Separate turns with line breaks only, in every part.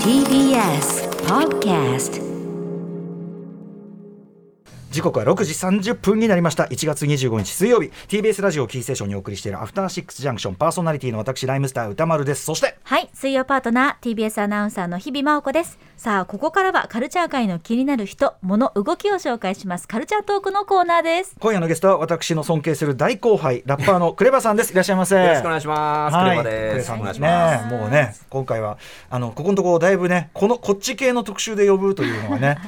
TBS Podcast
時刻は6時30分になりました1月25日水曜日 TBS ラジオキーステーションにお送りしているアフターシックスジャンクションパーソナリティの私ライムスター歌丸ですそして
はい水曜パートナー TBS アナウンサーの日々真央子ですさあここからはカルチャー界の気になる人物動きを紹介しますカルチャートークのコーナーです
今夜のゲストは私の尊敬する大後輩ラッパーのクレバさんですいらっしゃいませ
よろしくお願いします。クレバです。
はい
お
クレ
願
さ
いし
ん
ます。
ねもうね今回はあのここのところだいぶねこのこっち系の特集で呼ぶというのが ね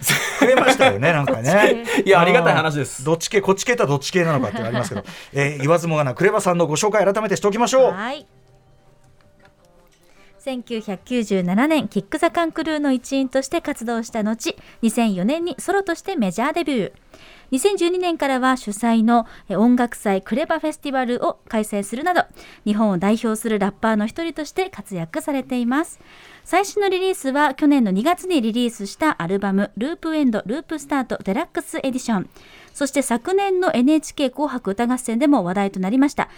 増えましたよねなんかね
いやありがたい話です
どっち系こっち系とはどっち系なのかっていうのがありますけど、えー言わずもがなクレバさんのご紹介改めてしておきましょう
はい1997年キック・ザ・カン・クルーの一員として活動した後2004年にソロとしてメジャーデビュー2012年からは主催のえ音楽祭クレバフェスティバルを開催するなど日本を代表するラッパーの一人として活躍されています最新のリリースは去年の2月にリリースしたアルバム「ループエンドループスタートデラックスエディション」そして昨年の NHK 紅白歌合戦でも話題となりました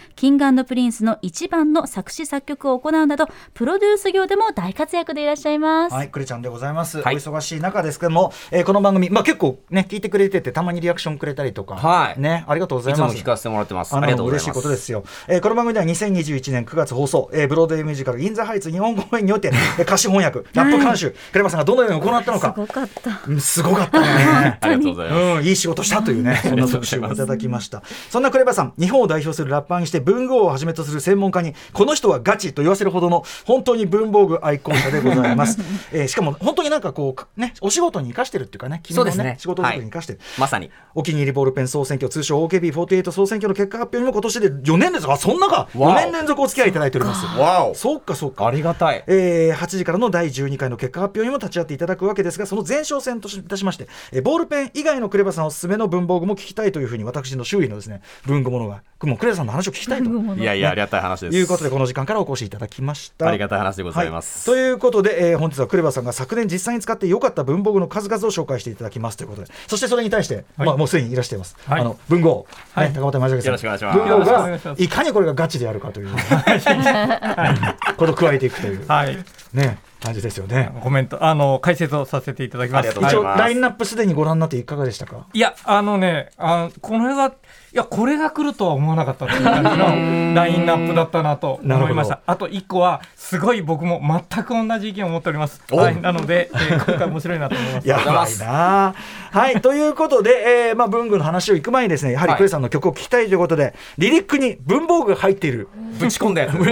Ｋｉｎｇ&Ｐｒｉｎｃｅ の一番の作詞作曲を行うなどプロデュース業でも大活躍でいらっしゃいます、
はい、クレちゃんでございます。
はい
お忙しい中ですけども、えーこの番組、まあ結構ね、聞いてくれてて、たまにリアクションくれたりとか、
はい
ね、ありがとうござい
いつも
ます。
聞かせてもらってます。
あ
あ
の
りがとうござい
嬉
ま
し
す。
いことですよ、えーこの番組では2021年9月放送、えーブロードウェイミュージカル「イン・ザ・ハイツ日本公演」におい てえー歌詞翻訳ラップ監修、クレバさんがどのように行ったの
す
か
ごかった
うんすごかったね
ありがとうございます。
うん、いい仕事したというね、 そんな特集をいただきました。そんなクレバさん、日本を代表するラッパーにして文豪をはじめとする専門家に、この人はガチと言わせるほどの本当に文房具愛好家でござい ます。えーしかも本当になんかこう、ね、お仕事に生かしてるっていうかね、君のね
そうですね
仕事作りに生かしてる、
まさに。
お気に入りボールペン総選挙、通称 OKB48 総選挙の結果発表にも今年で4年です。あ、そんなか、
わお
4年連続お付き合いいただいております。
わお
そうか、そうか。
ありがたい。
えー8時からの第12回の結果発表にも立ち会っていただくわけですがその前哨戦としいたしまして、えーボールペン以外のクレバさんおすすめの文房具も聞きたいというふうに私の周囲のですね文具ものがもうクレバさんの話を聞きたいと
いやいやありがたい話です。
いうことでこの時間からお越しいただきました。
ありがたい話でございます。
はい、ということで、えー本日はクレバさんが昨年実際に使って良かった文房具の数々を紹介していただきますということでそしてそれに対して、まあ、もうすでにいらしています、あの文豪、ね、高畑真
よろしくお願いしま
文
す
豪
よろしくお
願いし
が
ます
いかにこれがガチであるかという ことを加えていくという、
はい、
ね、感じですよね。
コメント、あの解説をさせていただきます。
ありがとうございます
一応ラインナップすでにご覧になっていかがでしたか。
いや、あのね、あこのが、いや、これが来るとは思わなかったっていう感じのラインナップだったなと
なるほ
思
ど
いました。あと一個は、すごい僕も全く同じ意見を持っております。
お
はい、なので、えー今回面白いなと思います。
やばいな。はい、 ということで、えーまあ文具の話を行く前にですね、やはり
はい
クレさんの曲を聴きたいということで、リリックに文房具が入っている。
ぶち込んだ やつ。ぶ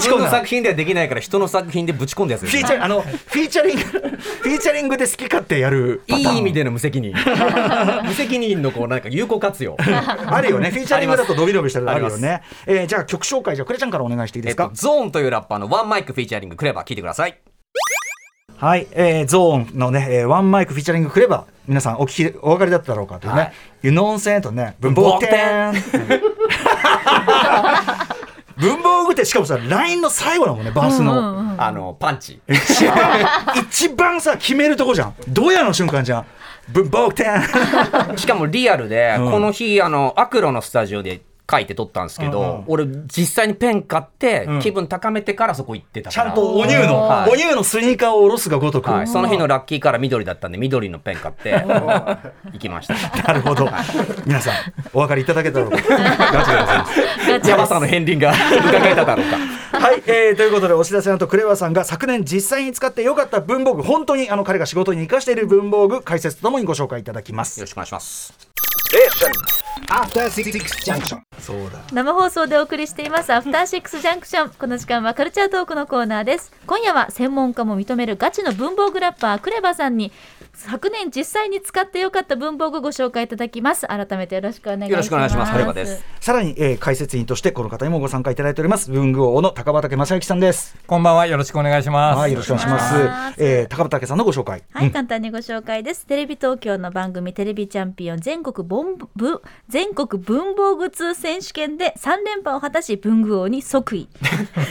ち込んだ作品ではできないから人の作品でぶち込んだやつで
フ
す
ィーチャあのフィーチャリング フィーチャリングで好き勝手やるパ
い
タ
い
ーン
意味での無責任。 無責任のこうなんか有効活 用。
あるよねフィーチャリングだと伸び伸びしたらあるよねえーじゃあ曲紹介じゃあクレちゃんからお願いしていい
え
で
っ
すか、
とゾーンというラッパーのワンマイクフィーチャリングクレバー聞いてください。
はい、えー、ゾーンのね、えーワンマイクフィーチャリングくれば皆さんお聞きお分かりだっただろうかというね、
はい
ユノンセンとね文
房
房
具
具
店
店文房具店しかもさ LINE の最後だもんねバースの、
あのパンチ。
一番一番さ決めるとこじゃんドヤの瞬間じゃん文房具店
しかもリアルで、
うん
この日あのアクロのスタジオで書いて撮ったんですけど、
うんうん
俺実際にペン買って、
ん
気分高めてからそこ行ってた
ち
か
ゃ
ら
んとお乳の、
はい
お乳のスニーカーを下ろすがごとく、
はい、その日のラッキーから緑だったんで緑のペン買って行き ました
なるほど。皆さん、お分かりいただけたろうか。
山さんの片鱗が伺えただろうか
はい、えーということで、お知らせのと、クレワさんが昨年実際に使って良かった文房具、本当にあの彼が仕事に生かしている文房具、解説とともにご紹介いただきま
よ
す
ろ。しくお願いします
そうだ。
生放送でお送りしていますアフターシックスジャンクションこの時間はカルチャートークのコーナーです今夜は専門家も認めるガチの文房具ラッパークレバさんに昨年実際に使ってよかった文房具ご紹介いただきます改めてよろしくお願いします
よろしくお願いしますクレバです
さらに、えー解説員として、この方にもご参加いただいております、文具王の高畑正幸さんです。
こんばんは、よろしくお願いします。
はい、よろしくお願いします
お願いしま。す
えー高畑さんのご紹介。
はい、簡単にご紹介です。テレビ東京の番組テレビチャンピオン全国ボンブ全国文房具通選手権で3連覇を果たし文具王に即 位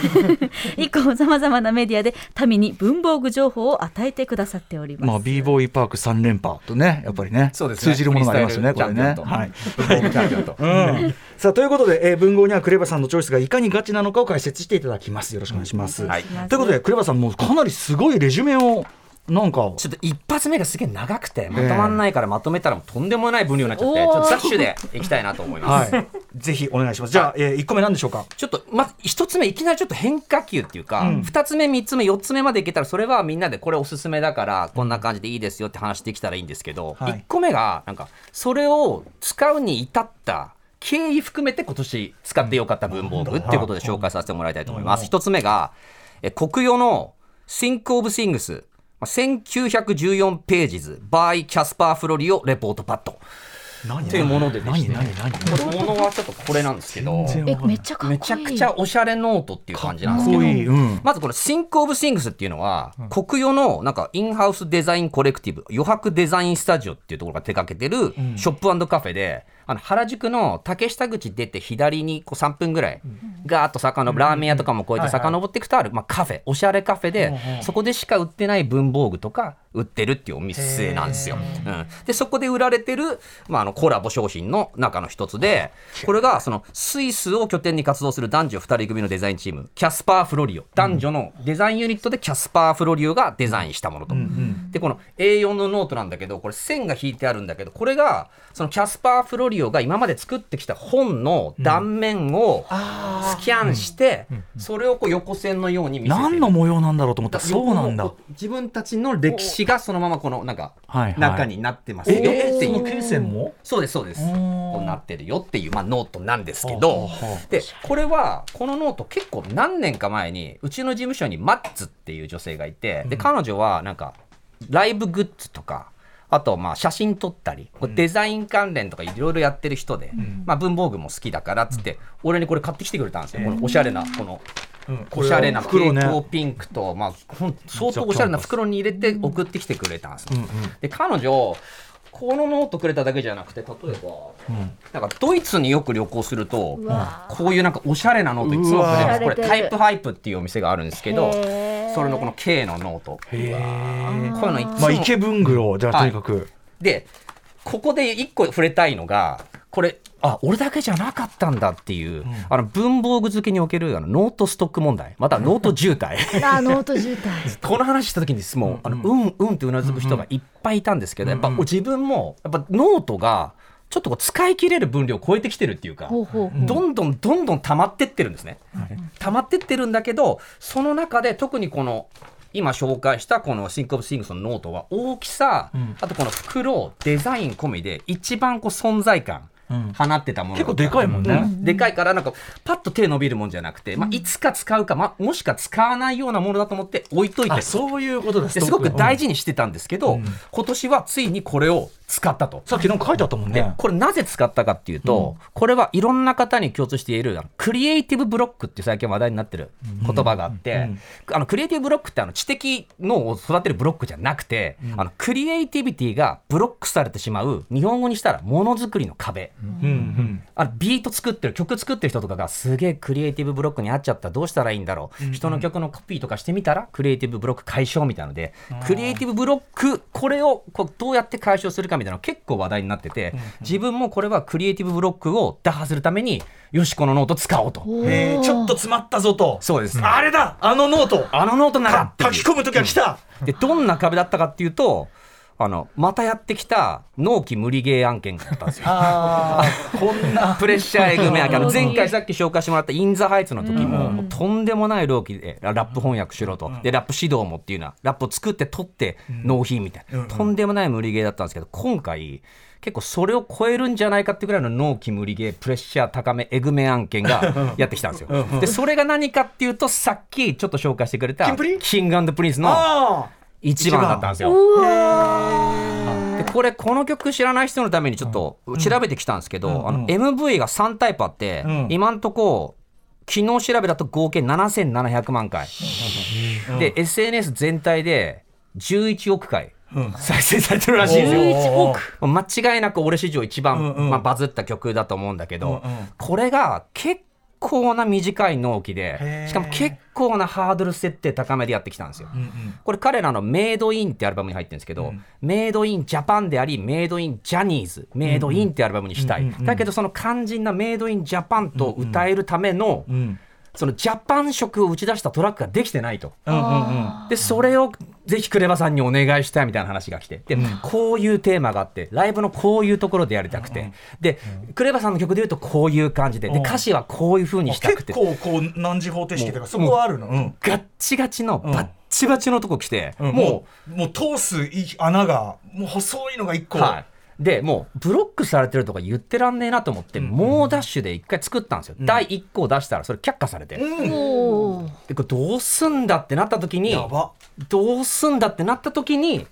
以降さまざまなメディアで民に文房具情報を与えてくださっております、
まあ、b ボーイパーク3連覇とね、やっぱりね、
そうですね
通じるものがありますよね、
フ
こ
リー
れねは
スタイル。はい
い
チャンピオンと
うん さあということで、えー文豪にはクレバさんのチョイスがいかにガチなのかを解説していただきます。よろしくお願いします。
はい
ということで、クレバさん、もうかなりすごいレジュメを、なん か、
ちょっと一発目がすげえ長くてまとまんないからまとめたらもうとんでもない分量になっちゃって、
おー
ちょっとダッシュでいきたいなと思います。
はい、ぜひお願いします。じゃあ、えー、1個目なんでしょうか。
ちょっとまず一つ目いきなりちょっと変化球っていうか、
うん
二つ目三つ目四つ目までいけたらそれはみんなでこれおすすめだからこんな感じでいいですよって話できたらいいんですけど、一
はい
個目がなんかそれを使うに至った経緯含めて今年使ってよかった文房具っていうことで紹介させてもらいたいと思います。一つ目がえ国用の Think of Things まあ1914ページズ by キャスパー・フロリオレポートパッド
何
っていうものでですね
何何何
これものはちょっとこれなんですけど
全然
えめっちゃかっこいい
めちゃくちゃおしゃれノートっていう感じなんですけ
かっ
ど
こいいうん
まずこれ「シンク・オブ・シングス」っていうのは、国用のなんかインハウスデザインコレクティブ余白デザインスタジオっていうところが手掛けてるショップカフェで。あの原宿の竹下口出て左にこう3分ぐらいガーッと遡るラーメン屋とかもこうやって遡っていくとあるまあカフェおしゃれカフェでそこでしか売ってない文房具とか売ってるっていうお店なんですよ。うん、でそこで売られてる、まあ、あのコラボ商品の中の一つでこれがそのスイスを拠点に活動する男女2人組のデザインチームキャスパー・フロリオ男女のデザインユニットでキャスパー・フロリオがデザインしたものと。でこの A4 のノートなんだけどこれ線が引いてあるんだけどこれがそのキャスパー・フロリオが今まで作ってきた本の断面をスキャンしてそれをこう横線のように見せてる
何の模様なんだろうと思ったら、そうなんだ
横のこ。う自分たちの歴史がそのままこのなんか
はいはい
中になってますよっていう、
経線も
そうですそうです
ー
こうなってるよっていう、まあ、ノートなんですけど
はあはあ
でこれはこのノート結構何年か前にうちの事務所にマッツっていう女性がいてで彼女はなんかライブグッズとかあとまあ写真撮ったりこうデザイン関連とかいろいろやってる人で、まあ、文房具も好きだからっつって俺にこれ買ってきてくれたんですよこのおしゃれなこのおしゃれな蛍
袋ね
光ピンクと、まあ、ほん相当おしゃれな袋に入れて送ってきてくれたんですよ、で彼女このノートくれただけじゃなくて例えば、なんかドイツによく旅行するとこういうなんかおしゃれなノートいつもくれます
うわ
これタイプハイプっていうお店があるんですけどそれのこの K のノート
へえ。
こういうのいつも、
まあ、池文具を、じゃあ、とにかく。
でここで一個触れたいのがこれあ俺だけじゃなかったんだっていう、あの文房具好きにおけるあのノートストック問題またはノート渋滞
あノート渋滞
この話した時にもう、あのうんうんってうなずく人がいっぱいいたんですけど、やっぱ自分もやっぱノートがちょっとこう使い切れる分量を超えてきてるって いうか。
ほうほう
どんどんどんどん溜まってってるんですね。溜まってってるんだけど、その中で特にこの、今紹介したこのシンク・オブ・シングスのノートは大きさ、あとこの袋、デザイン込みで一番こう存在感
ん
放ってたものだ
結
った
構でかいもんね。
でかいからなんかパッと手伸びるもんじゃなくて、まあ、いつか使うか、まあ、もしか使わないようなものだと思って置いといて
あ、そういうことです。
ですごく大事にしてたんですけど、今年はついにこれを使ったと。
さっきなんか書いてあったもん
で
ね。
これなぜ使ったかっていうと、これはいろんな方に共通しているあのクリエイティブブロックって最近話題になってる言葉があって、あのクリエイティブブロックってあの知的脳を育てるブロックじゃなくて、あのクリエイティビティがブロックされてしまう日本語にしたらものづくりの壁。
うんうん。
あのビート作ってる曲作ってる人とかがすげえクリエイティブブロックにあっちゃったどうしたらいいんだろう、人の曲のコピーとかしてみたらクリエイティブブロック解消みたいなのでクリエイティブブロックこれをこうどうやって解消するかみたいなの結構話題になってて、自分もこれはクリエイティブブロックを打破するためによしこのノート使おうと。
えーちょっと詰まったぞと。
そうです、
あれだあのノート
あのノートなら
書き込むときは来た
でどんな壁だったかっていうとあのまたやってきた納期無理ゲー案件があったんですよ。
ああ、こんな。
プレッシャーえぐめやから前回さっき紹介してもらった「イン・ザ・ハイツ」の時ももうとんでもない労基でラップ翻訳しろとでラップ指導もっていうのはラップを作って取って納品みたいなとんでもない無理ゲーだったんですけど今回結構それを超えるんじゃないかってぐらいの納期無理ゲープレッシャー高めえぐめ案件 がやってきたんですよ。でそれが何かっていうとさっきちょっと紹介してくれた
キンプリ
キングプリンスの
あ
一番だったんですよ。でこれこの曲知らない人のためにちょっと調べてきたんですけど、あの MV が3タイプあって、
ん
今んとこ昨日調べだと合計7700万回、で SNS 全体で11億回再生されてるらしいですよ。
11億
間違いなく俺史上一番、
うんうん
まあ、バズった曲だと思うんだけど、
うんうん
これが結構な短い納期
へ
で
ー
しかも結構なハードル設定高めでやってきたんですよ。これ彼らの「メイドイン」ってアルバムに入ってるんですけど、メイドインジャパンでありメイドインジャニーズメイドインってアルバムにしたい、
うんうんうん
だけどその肝心なメイドインジャパンと歌えるための、
うん
そのジャパン色を打ち出したトラックができてないと。
うんうん
でそれをぜひクレバさんにお願いしたいみたいな話が来てで、こういうテーマがあってライブのこういうところでやりたくて、でクレバさんの曲でいうとこういう感じでで
うん
歌詞はこういう風にしたく
結
て
構こう何次方程式とかそこはあるの、うん
ガッチガチの
うん
バッチバチのとこ来て、
うん
も
もうもう通すい穴がもう細いのが一
う、
個、
はい。でもうブロックされてるとか言ってらんねえなと思って、猛ダッシュで一回作ったんですよ、第1個を出したらそれ却下されて、
うん
でこれどうすんだってなった時に
やば
どうすんだってなった時に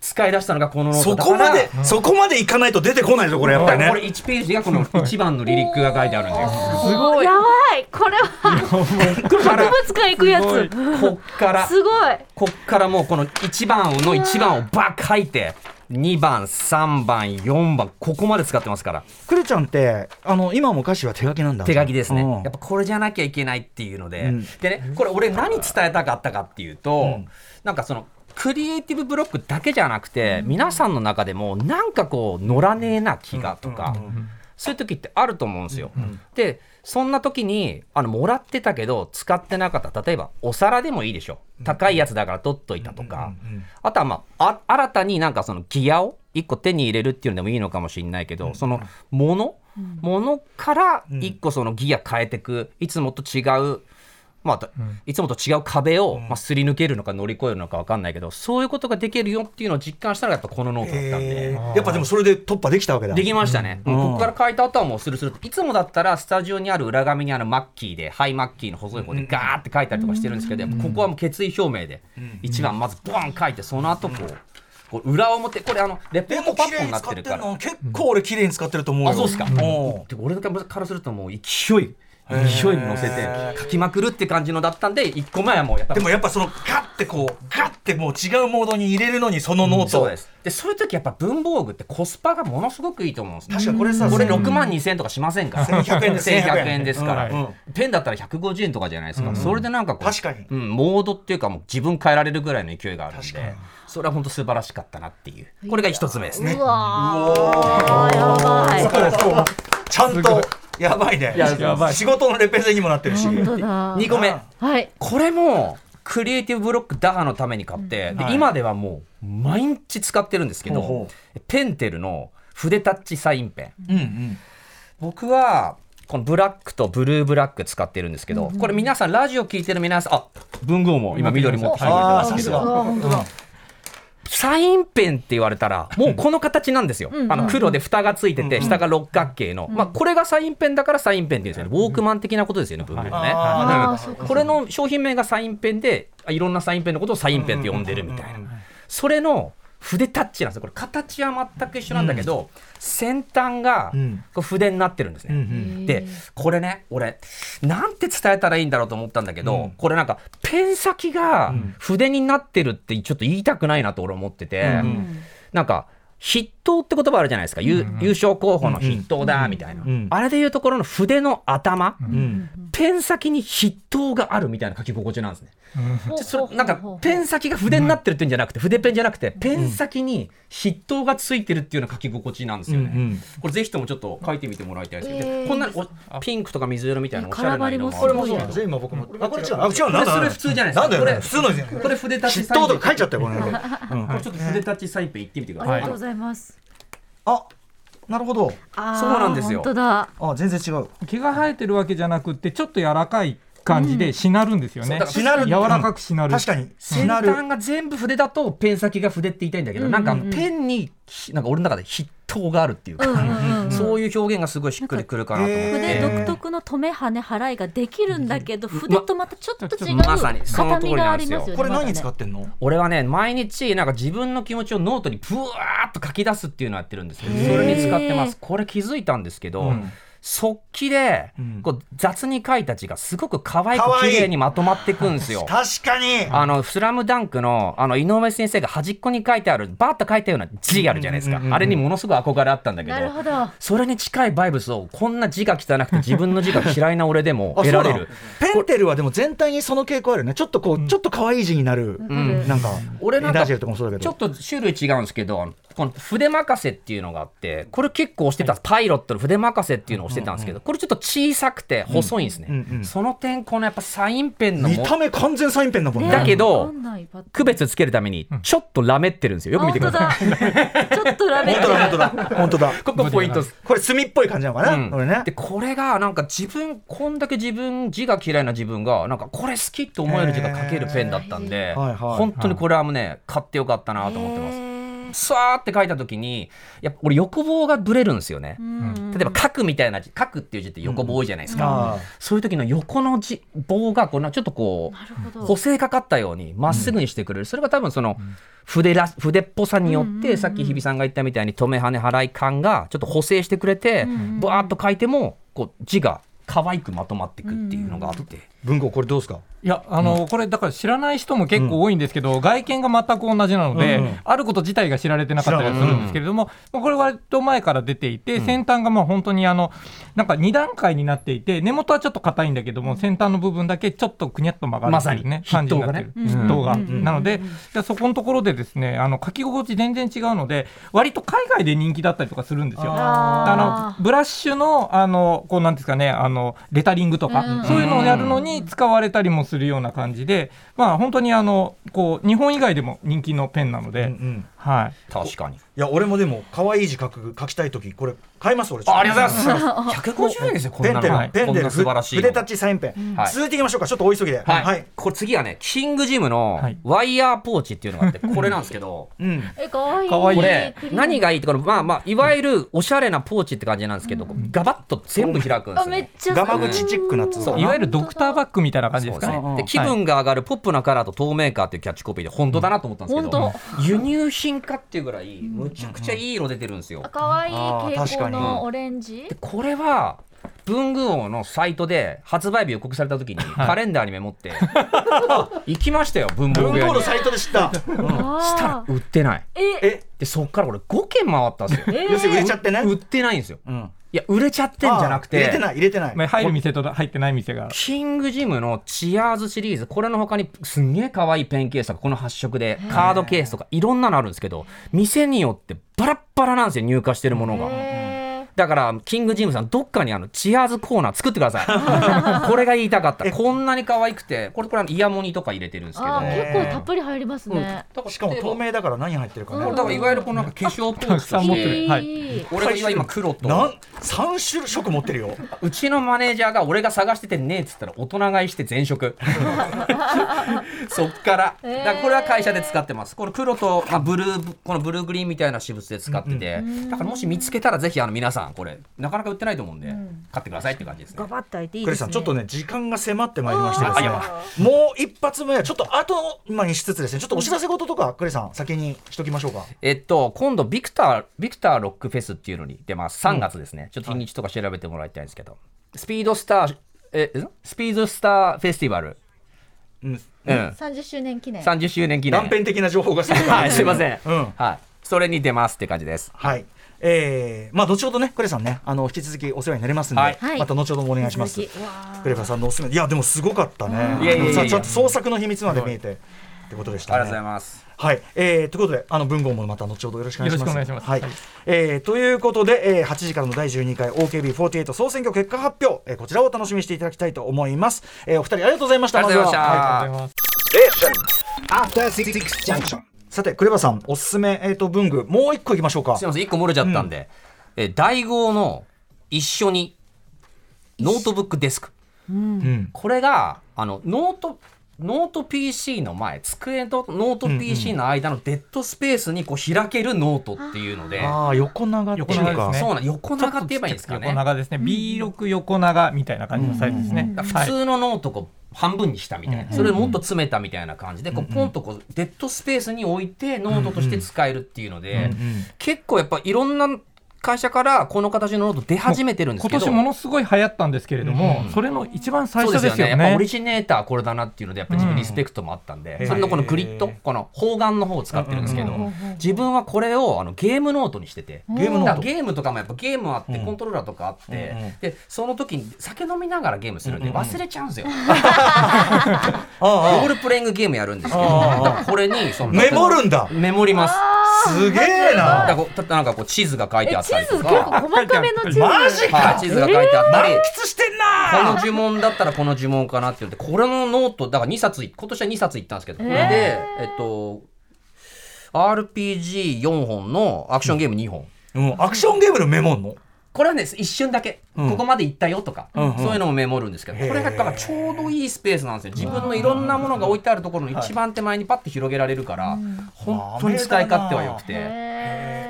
使い出したのがこのノー
そ
トだか
こ
ら
まで、そこまでいかないと出てこないぞこれやっぱりね
これ1ページがこの1番のリリックが書いてあるんです
ごいやばいこれは
す。こっから
博物館行くやつ
こっから
すごい
こっからもうこの1番の1番をバッ書いて2番3番4番ここまで使ってますから
クレちゃんってあの今も歌詞は手書きなんだ
手書きですね
うん
やっぱこれじゃなきゃいけないっていうので、
うん
でねこれ俺何伝えたかったかっていうと、なんかそのクリエイティブブロックだけじゃなくて、皆さんの中でもなんかこう乗らねえな気がとか、そういう時ってあると思うんですよ。でそんな時にあのもらってたけど使ってなかった例えばお皿でもいいでしょ高いやつだから取っといたとか、あとは、まあ、あ新たになんかそのギアを1個手に入れるっていうのでもいいのかもしれないけど、そのもの、ものから1個そのギア変えてくいつもと違う。まあだ、いつもと違う壁を、まあ、すり抜けるのか乗り越えるのか分かんないけどそういうことができるよっていうのを実感したのがやっぱこのノートだったんで、
へーやっぱでもそれで突破できたわけだ
できましたね、
ん
もうここから書いた後はもうスルスルといつもだったらスタジオにある裏紙にあるマッキーでハイマッキーの細い方でガーって書いたりとかしてるんですけど、やっぱここはもう決意表明で一番まずボーン書いてその後こうこう裏表これあのレポ
で
ート
も
パ
綺
ッド
麗
に
に
なって
使って
る
る
から。
の結構俺綺麗に使ってると思うよ
あそうっすか
ん
で俺からするともう勢い勢いに乗せて書きまくるって感じのだったんで1個前はもうやっぱ
でもやっぱそのガッてこうガッてもう違うモードに入れるのにそのノート、
そうですでそういう時やっぱ文房具ってコスパがものすごくいいと思うんですね
確かこれさ
これ
千
6万2000円とかしません から
1100円です
1100円ですか
う
ら、
ん
ペンだったら150円とかじゃないですか、それでなんかこう
確かに
うん、モードっていうかもう自分変えられるぐらいの勢いがあるんで
確かに
それは本当素晴らしかったなっていうこれが一つ目ですね
うわーやばい
ちゃんとやばいね
やばい
仕事のレペゼンにもなってるし
本当だ
2個目
はい
これもクリエイティブブロック打破のために買って、で今ではもう毎日使ってるんですけど、
ほうほ
ペンテルの筆タッチサインペン、
うんうん
僕はこのブラックとブルーブラック使ってるんですけど、これ皆さんラジオ聞いてる皆さんあ文豪も今緑持ってきてくれた
あ
ん
ー
で
さ
す
す
けど
が
サインペンって言われたらもうこの形なんですよ、あの黒で蓋がついてて下が六角形の、まあ、これがサインペンだからサインペンって言うんですよねウォークマン的なことですよね文豪ね、
あ
うんこれの商品名がサインペンであいろんなサインペンのことをサインペンって呼んでるみたいな、それの筆タッチなんですよこれ形は全く一緒なんだけど、先端が
うん
こう筆になってるんですね、
うんうん
でこれね俺なんて伝えたらいいんだろうと思ったんだけど、これなんかペン先が筆になってるってちょっと言いたくないなと俺思ってて、なんか筆頭って言葉あるじゃないですか、ゆ優勝候補の筆頭だみたいな、
ん
あれでいうところの筆の頭、
うん
ペン先に筆頭があるみたいな書き心地なんですね。でそれなんかペン先が筆になってるっていうんじゃなくて、筆ペンじゃなくてペン先に筆頭がついてるっていうような書き心地なんですよね。
うんうん
これぜひともちょっと書いてみてもらいたいですけど、
えー
こんなおピンクとか水色みたいなおしゃれな色もある
カラバリもすごい
そうなんですよ今僕もあこれ違う
あ
あ違うなんだ
それ普通じゃないですか
なんだよ
こ
ね
れ
普通のじゃん
これ筆立ち
筆
サイン
頭
ペ
と
ン
か書いちゃったよ これうん
これちょっと筆立ちサインペン行ってみてくだ
あ
さ
り
い。
がとうございます
あなるほど
あー
そうなんですよ
本当だ
あ全然違う
毛が生えてるわけじゃなくてちょっと柔らかい感じでしなるんですよね、
そうだ
しなる
柔らかくしなる
確かにし
先
なる
端が全部筆だとペン先が筆って言いたいんだけど、なんかペンになんか俺の中で筆頭があるっていうか、そういう表現がすごいしっくりくるかなと思って。
筆独特の止め跳ね払いができるんだけど筆とまたちょっと違う
まさにその
硬
通
み
り
が
な
あ
んで
り
す
ま
よ
すよね
これ何使
まだね
ってんの
俺はね毎日なんか自分の気持ちをノートにブワーっと書き出すっていうのをやってるんですけどそれに使ってますこれ気づいたんですけど、速記で、
ん
こう雑に書いた字がすごく可愛く
可愛い
綺麗にまとまっていくんです よ。
確かに
あの、スラムダンクの、あの、井上先生が端っこに書いてある、バーッと書いたような字あるじゃないですか。あれにものすごい憧れあったんだけど。
なるほど。
それに近いバイブスを、こんな字が汚くて自分の字が嫌いな俺でも得られる。
ペンテルはでも全体にその傾向あるよねちょっとこう、ちょっと可愛い字になる、
ん
なんか
俺なんか
エナジェルとかもそうだけ
ちょっ
ど
と種類違うんですけど、あのこの筆任せっていうのがあって、これ結構押してた、パイロットの筆任せっていうのを押してたんですけど、これちょっと小さくて細いんですね。
うんうん
その点、このやっぱサインペンの
見
も
た目完全サインペンだもんね
だけど
わかんないパッと
区別つけるために、ちょっとラメってるんですよ。よく見てください。
あ本当だちょっとラベ
本
ル
当だ本当だ本当だ
ここポイントです。
これ墨っぽい感じなのかな、
うん
これね
でこれがなんか自分こんだけ自分字が嫌いな自分がなんかこれ好きって思える字が書けるペンだったんで、
ーはいはい
本当にこれはもうね買ってよかったなと思ってます。さーって書いた時にやっぱ俺横棒がブレるんですよね。例えば「書く」みたいな字「書く」っていう字って横棒多いじゃないです
うん
か、
あー
そういう時の横の字棒がこんなちょっとこう
なるほど
補正かかったようにまっすぐにしてくれる、それが多分その筆ら筆っぽさによって、さっき日比さんが言ったみたいに止め跳ね払い感がちょっと補正してくれて、バーッと書いてもこう字が可愛くまとまっていくっていうのがあって、
文豪これどうですか
いやあの、これだから知らない人も結構多いんですけど、外見が全く同じなので、
うんうん
あること自体が知られてなかったりするんですけれども、まあこれ割と前から出ていて、先端がまあ本当にあのなんか2段階になっていて根元はちょっと硬いんだけども先端の部分だけちょっとくにゃっと曲がるっていうね、
まさに
感じになってる
筆頭がね
筆頭が、
うん
なのででそこのところでですねあの書き心地全然違うので割と海外で人気だったりとかするんですよ。あ
あ
のブラッシュのあのこうなんですかねあのレタリングとか、
うん
そういうのをやるのに使われたりもするような感じで、まあ本当にあのこう日本以外でも人気のペンなの
う
で、
んうん
はい。
確かに
いや俺もでも可愛い字書く書きたい時これ買います俺
あありがとうござい
す
ます150円ですよこん
ペ
な
ン
の
テル、
はい
ペン
こん
テル
な素晴らしい
筆タッチサインペン、
はい
続いていきましょうかちょっとお急ぎでは
はい、
はい、
これ次はねキングジムの
はい
ワイヤーポーチっていうのがあってこれなんですけど
うん、
えかわいい
かわいい
これ
クリーム
何がいいってこれまあまあいわゆるおしゃれなポーチって感じなんですけどガバッと全部開くんで
あ
すよ、
めっ
ね。
ちゃ
ガマ口チックなやつ
そう
いわゆるドクターバッグみたいな感じ
そう
です
です
かね。
ねで気分が上がるポップなカラーと透明感っていうキャッチコピーで本当だなと思ったんですけど
本、
輸入品かっていうぐらいむちゃくちゃいい色出てるんですよ。
かわいい
あー
蛍
確か
光
に
のオレンジ
でこれは文具王のサイトで発売日予告された時にカレンダーにメモって、 行きましたよ文房
文
具屋
豪
に
の。サイトで知った、
した
あ
ら売ってない。
ーえ
え
でそっから俺5軒回ったんですよ。
え
要するに売れちゃってね、
売ってないんですよ。
うん、
いや売れちゃってんじゃなくて。
あー入れてない入れてない、
まあ入る店と入ってない店が。
キングジムのチアーズシリーズ、これの他にすんげえ可愛いペンケースとか、この発色で、カードケースとか、いろんなのあるんですけど、店によってバラッバラなんですよ、入荷してるものが。だから、キングジムさん、どっかにあの、チアーズコーナー作ってください。これが言いたかった。こんなに可愛くて、これ、これ、イヤモニとか入れてるんですけど。
あー結構たっぷり入ります
うん
ね、
だら
しかも透明だから何入ってるかね、
だから、いわゆるこのなんか化粧ポー
た
ズと
くさん持って
して、
る。はい。
俺が今黒と。
なん三種色持ってるよ。
うちのマネージャーが俺が探しててねえっつったら大人買いして全 職そっから
えー
だからこれは会社で使ってますこの黒と、まあ、ブルーこのブルーグリーンみたいな私物で使ってて、だからもし見つけたらぜひあの皆さんこれなかなか売ってないと思うんで、買ってくださいって感じですね
バッと開いてい
クレスさんちょっと
ね
ね時間が迫ってまいりましてです
あ
ね
やば。
もう一発目はちょっと後今にしつつですねちょっとお知らせ事とかクレスさん先にしときましょうか。
えっと今度ビクタービクターロックフェスっていうのに出ます3月ですね、ちょっと日にちとか調べてもらいたいんですけど、スピードスターえんスピードスターフェスティバル、
うん。
うん、
30周年記念
30周年記念
断片的な情報がすごい。
はいすいません、
うん
はいそれに出ますって感じです
はい。えー、まあ後ほどねクレさんねあの引き続きお世話になりますんで、
はい
はい
また後ほどもお願いします
引き続きうわ。
クレバさんのおすすめいやでもすごかったね。
いやいやいやいや
ちゃんと創作の秘密まで見えてってことでした
あ
ね。
りがとうございます。
はい、えー、ということで、あの文豪もまた後ほどよろしくお願いします。
よろしくお願いします
はい
はい、
えーということで、えー8時からの第12回 OKB48 総選挙結果発表、えーこちらをお楽しみにしていただきたいと思います。えーお二人ありがとうございました。
ありがとうございま
ず
し
は
た
は。
ありがとうございます。
After Six Junction.
さて、クレバさん、おすすめ、えー、と文具、もう一個いきましょうか
すい。ません、一個漏れちゃったんで、え大号の一緒にノートブックデスク。
うん、
これがあのノートノート PC の前、机とノート PC の間のデッドスペースにこう開けるノートっていうので、
ああ、横長っていう
横長
か、
ですね
そうなん横長って言えばいいんですかね
横。長ですね。B6 横長みたいな感じのサイズですね。
だから
は
普
い
通のノートこう半分にしたみたいな、それをもっと詰めたみたいな感じで、こうポンとこうデッドスペースに置いてノートとして使えるっていうので、結構やっぱいろんな会社からこの形のノート出始めてるんですけ
今
ど
年ものすごい流行ったんですけれども、それの一番最初ですよね。
やっぱオリジネーターこれだなっていうのでやっぱり自分リスペクトもあったんで、
うん
それのこのグリッドこの方眼の方を使ってるんですけど、自分はこれをあのゲームノートにしてて、
ゲームノート
だからゲームとかもやっぱゲームあって、コントローラーとかあって、
うんうん
でその時に酒飲みながらゲームするんで忘れちゃうんですよ、ロールプレイングゲームやるんですけど
ああ
だからこれにその
メモるんだ
メモります
すげえ
だから
な
こうたなんかこう地図が書いてあ
え
っ
地
たり
図
と
結
か
構細かめの地図
マジ
はい
か
地図が書いてあったり、
キスしてん
この
な
呪文だったらこの呪文かなって言ってこれのノートだから2冊い今年は2冊いったんですけどこれで、えっと RPG4 本のアクションゲーム2本、
うんアクションゲームのメモんの
これはね一瞬だけ、
うん
ここまで行ったよとか、
うん
そういうのもメモるんですけど
へー
これがだからちょうどいいスペースなんですよ自分のいろんなものが置いてあるところの一番手前にパッと広げられるから、本当に使い勝手は良くて。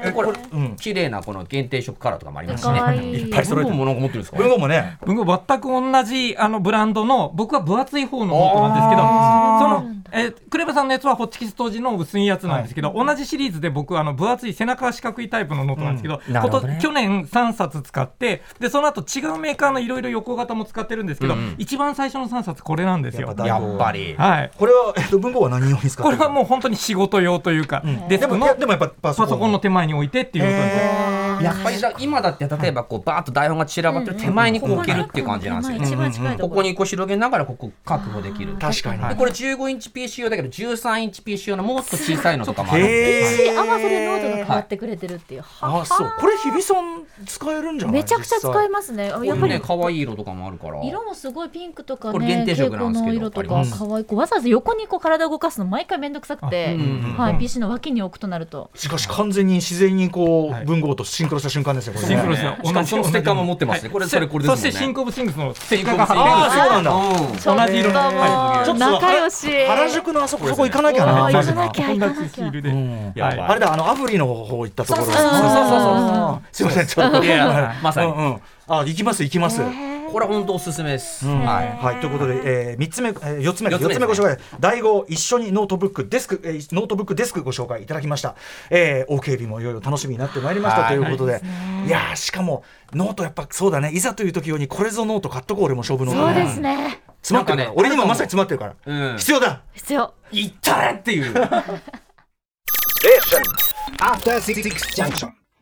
でこれ
うん
綺麗なこの限定色カラーとかもありますし
かわ
ね。
いい
いっぱい揃えてる
どんなものを持ってるんですか。
文豪もね
僕全く同じあのブランドの僕は分厚い方のノートなんですけどそのえークレバさんのやつはホッチキス当時の薄いやつなんですけど、同じシリーズで僕はあの分厚い背中が四角いタイプのノートなんですけど,こと、
なるほどね
去年3冊使ってでその後違うメーカーのいろいろ横型も使ってるんですけど、一番最初の3冊これなんです
や
よ
っ。ぱ
や
大
っぱり。
はい、
これはえっと文豪は何用に使って
これ
る
はもう本当に仕事用というか、デス
で
ク
も
の
いやでもやっぱパ
パソコンの
の
手前に置いてっていうことです。
やっぱりだ今だって例えばこうバーッと台本が散らばってる手前にこう置けるっていう感じなんですよ。
一番近いと
こ
こ
こにこう広げながらここ確保できる。
確かに
でこれ15インチ PC 用だけど13インチ PC 用のもっと小さいのとかもあるんで。
へえ
合わせでノートが変わってくれてるっていう。は
あそうこれ日比さん使えるんじゃない
めちゃくちゃ使え
ま
ますね。あ
こうい
や
う
っぱ
ね
り。
可愛い色とかもあるから。
色もすごいピンクとか
これ
ね、
限定
蛍
色な
光
んですけど
の色と
あ
か
りま
可愛い子わざわざ横にこう体動かすの毎回めんどくさくて
うんうんうん、
はい、PC の脇に置くとなると。
すしかし完全に自然にこ
は
う
い
文豪とシンクロした瞬間ですよこれね
シンクロしてる
しかもそのステッカーも持ってますね
はい
これそれこれですもんね
そしてシンクオブシングスのステッカーが貼ってあ
ああそうなん
ちょっと
だ
同じ色の
ちょっと
もう仲良し。
原宿のあそこそこ行かなきゃ
あ
な
ー
ま
行
ず
かなきゃ行か
同
な
じヒ
きゃ
ー。ルで、
うん
やばい
は
あれだあのアフリの方行ったところ
そうそうそうそうそうそう
すいませんちょっと
いやいやまさに
うんうんあ行きます行きます
これ本当おすすめです。
うん
は。
はいい、ということで、えー、3つ目、えー、4つ目、
四
四
つ目
つ目ご紹介、第5、一緒にノートブックデスク、えー、ノートブックデスクご紹介いただきました。えー、OKB もいろいろ楽しみになってまいりました
は
と
い
いうことで、いやー、しかも、ノートやっぱそうだね、いざという時用に、これぞノート買っとこう、俺も勝負ノー
そ
ト。
うですね。
詰まってるから、
なんかね
俺にもまさに詰まってるから、
うん。
必要だ
必要。
いったれっていう。
After Six Junction.